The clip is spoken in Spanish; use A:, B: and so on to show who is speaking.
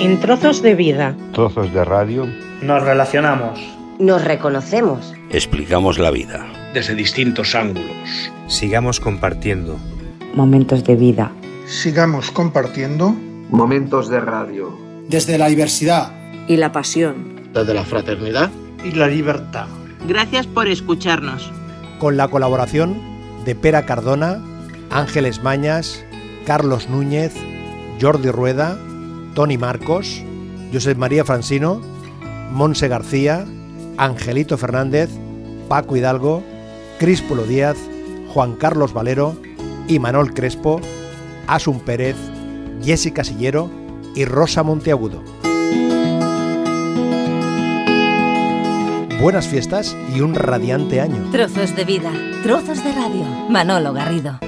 A: En Trozos de Vida
B: Trozos de radio.
C: Nos relacionamos.
D: Nos reconocemos.
E: Explicamos la vida.
F: desde distintos ángulos.
G: Sigamos compartiendo.
D: Momentos de vida.
H: Sigamos compartiendo
I: Momentos de radio.
J: desde la diversidad.
K: y la pasión.
L: desde la fraternidad.
C: Y la libertad.
M: Gracias por escucharnos.
N: con la colaboración de Pera Cardona, Ángeles Mañas, Carlos Núñez, Jordi Rueda, Tony Marcos, José María Francino, Monse García, Angelito Fernández, Paco Hidalgo, Críspolo Díaz, Juan Carlos Valero, Imanol Crespo, Asun Pérez, Jessica Sillero y Rosa Monteagudo. Buenas fiestas y un radiante año.
O: Trozos de vida, trozos de radio. Manolo Garrido.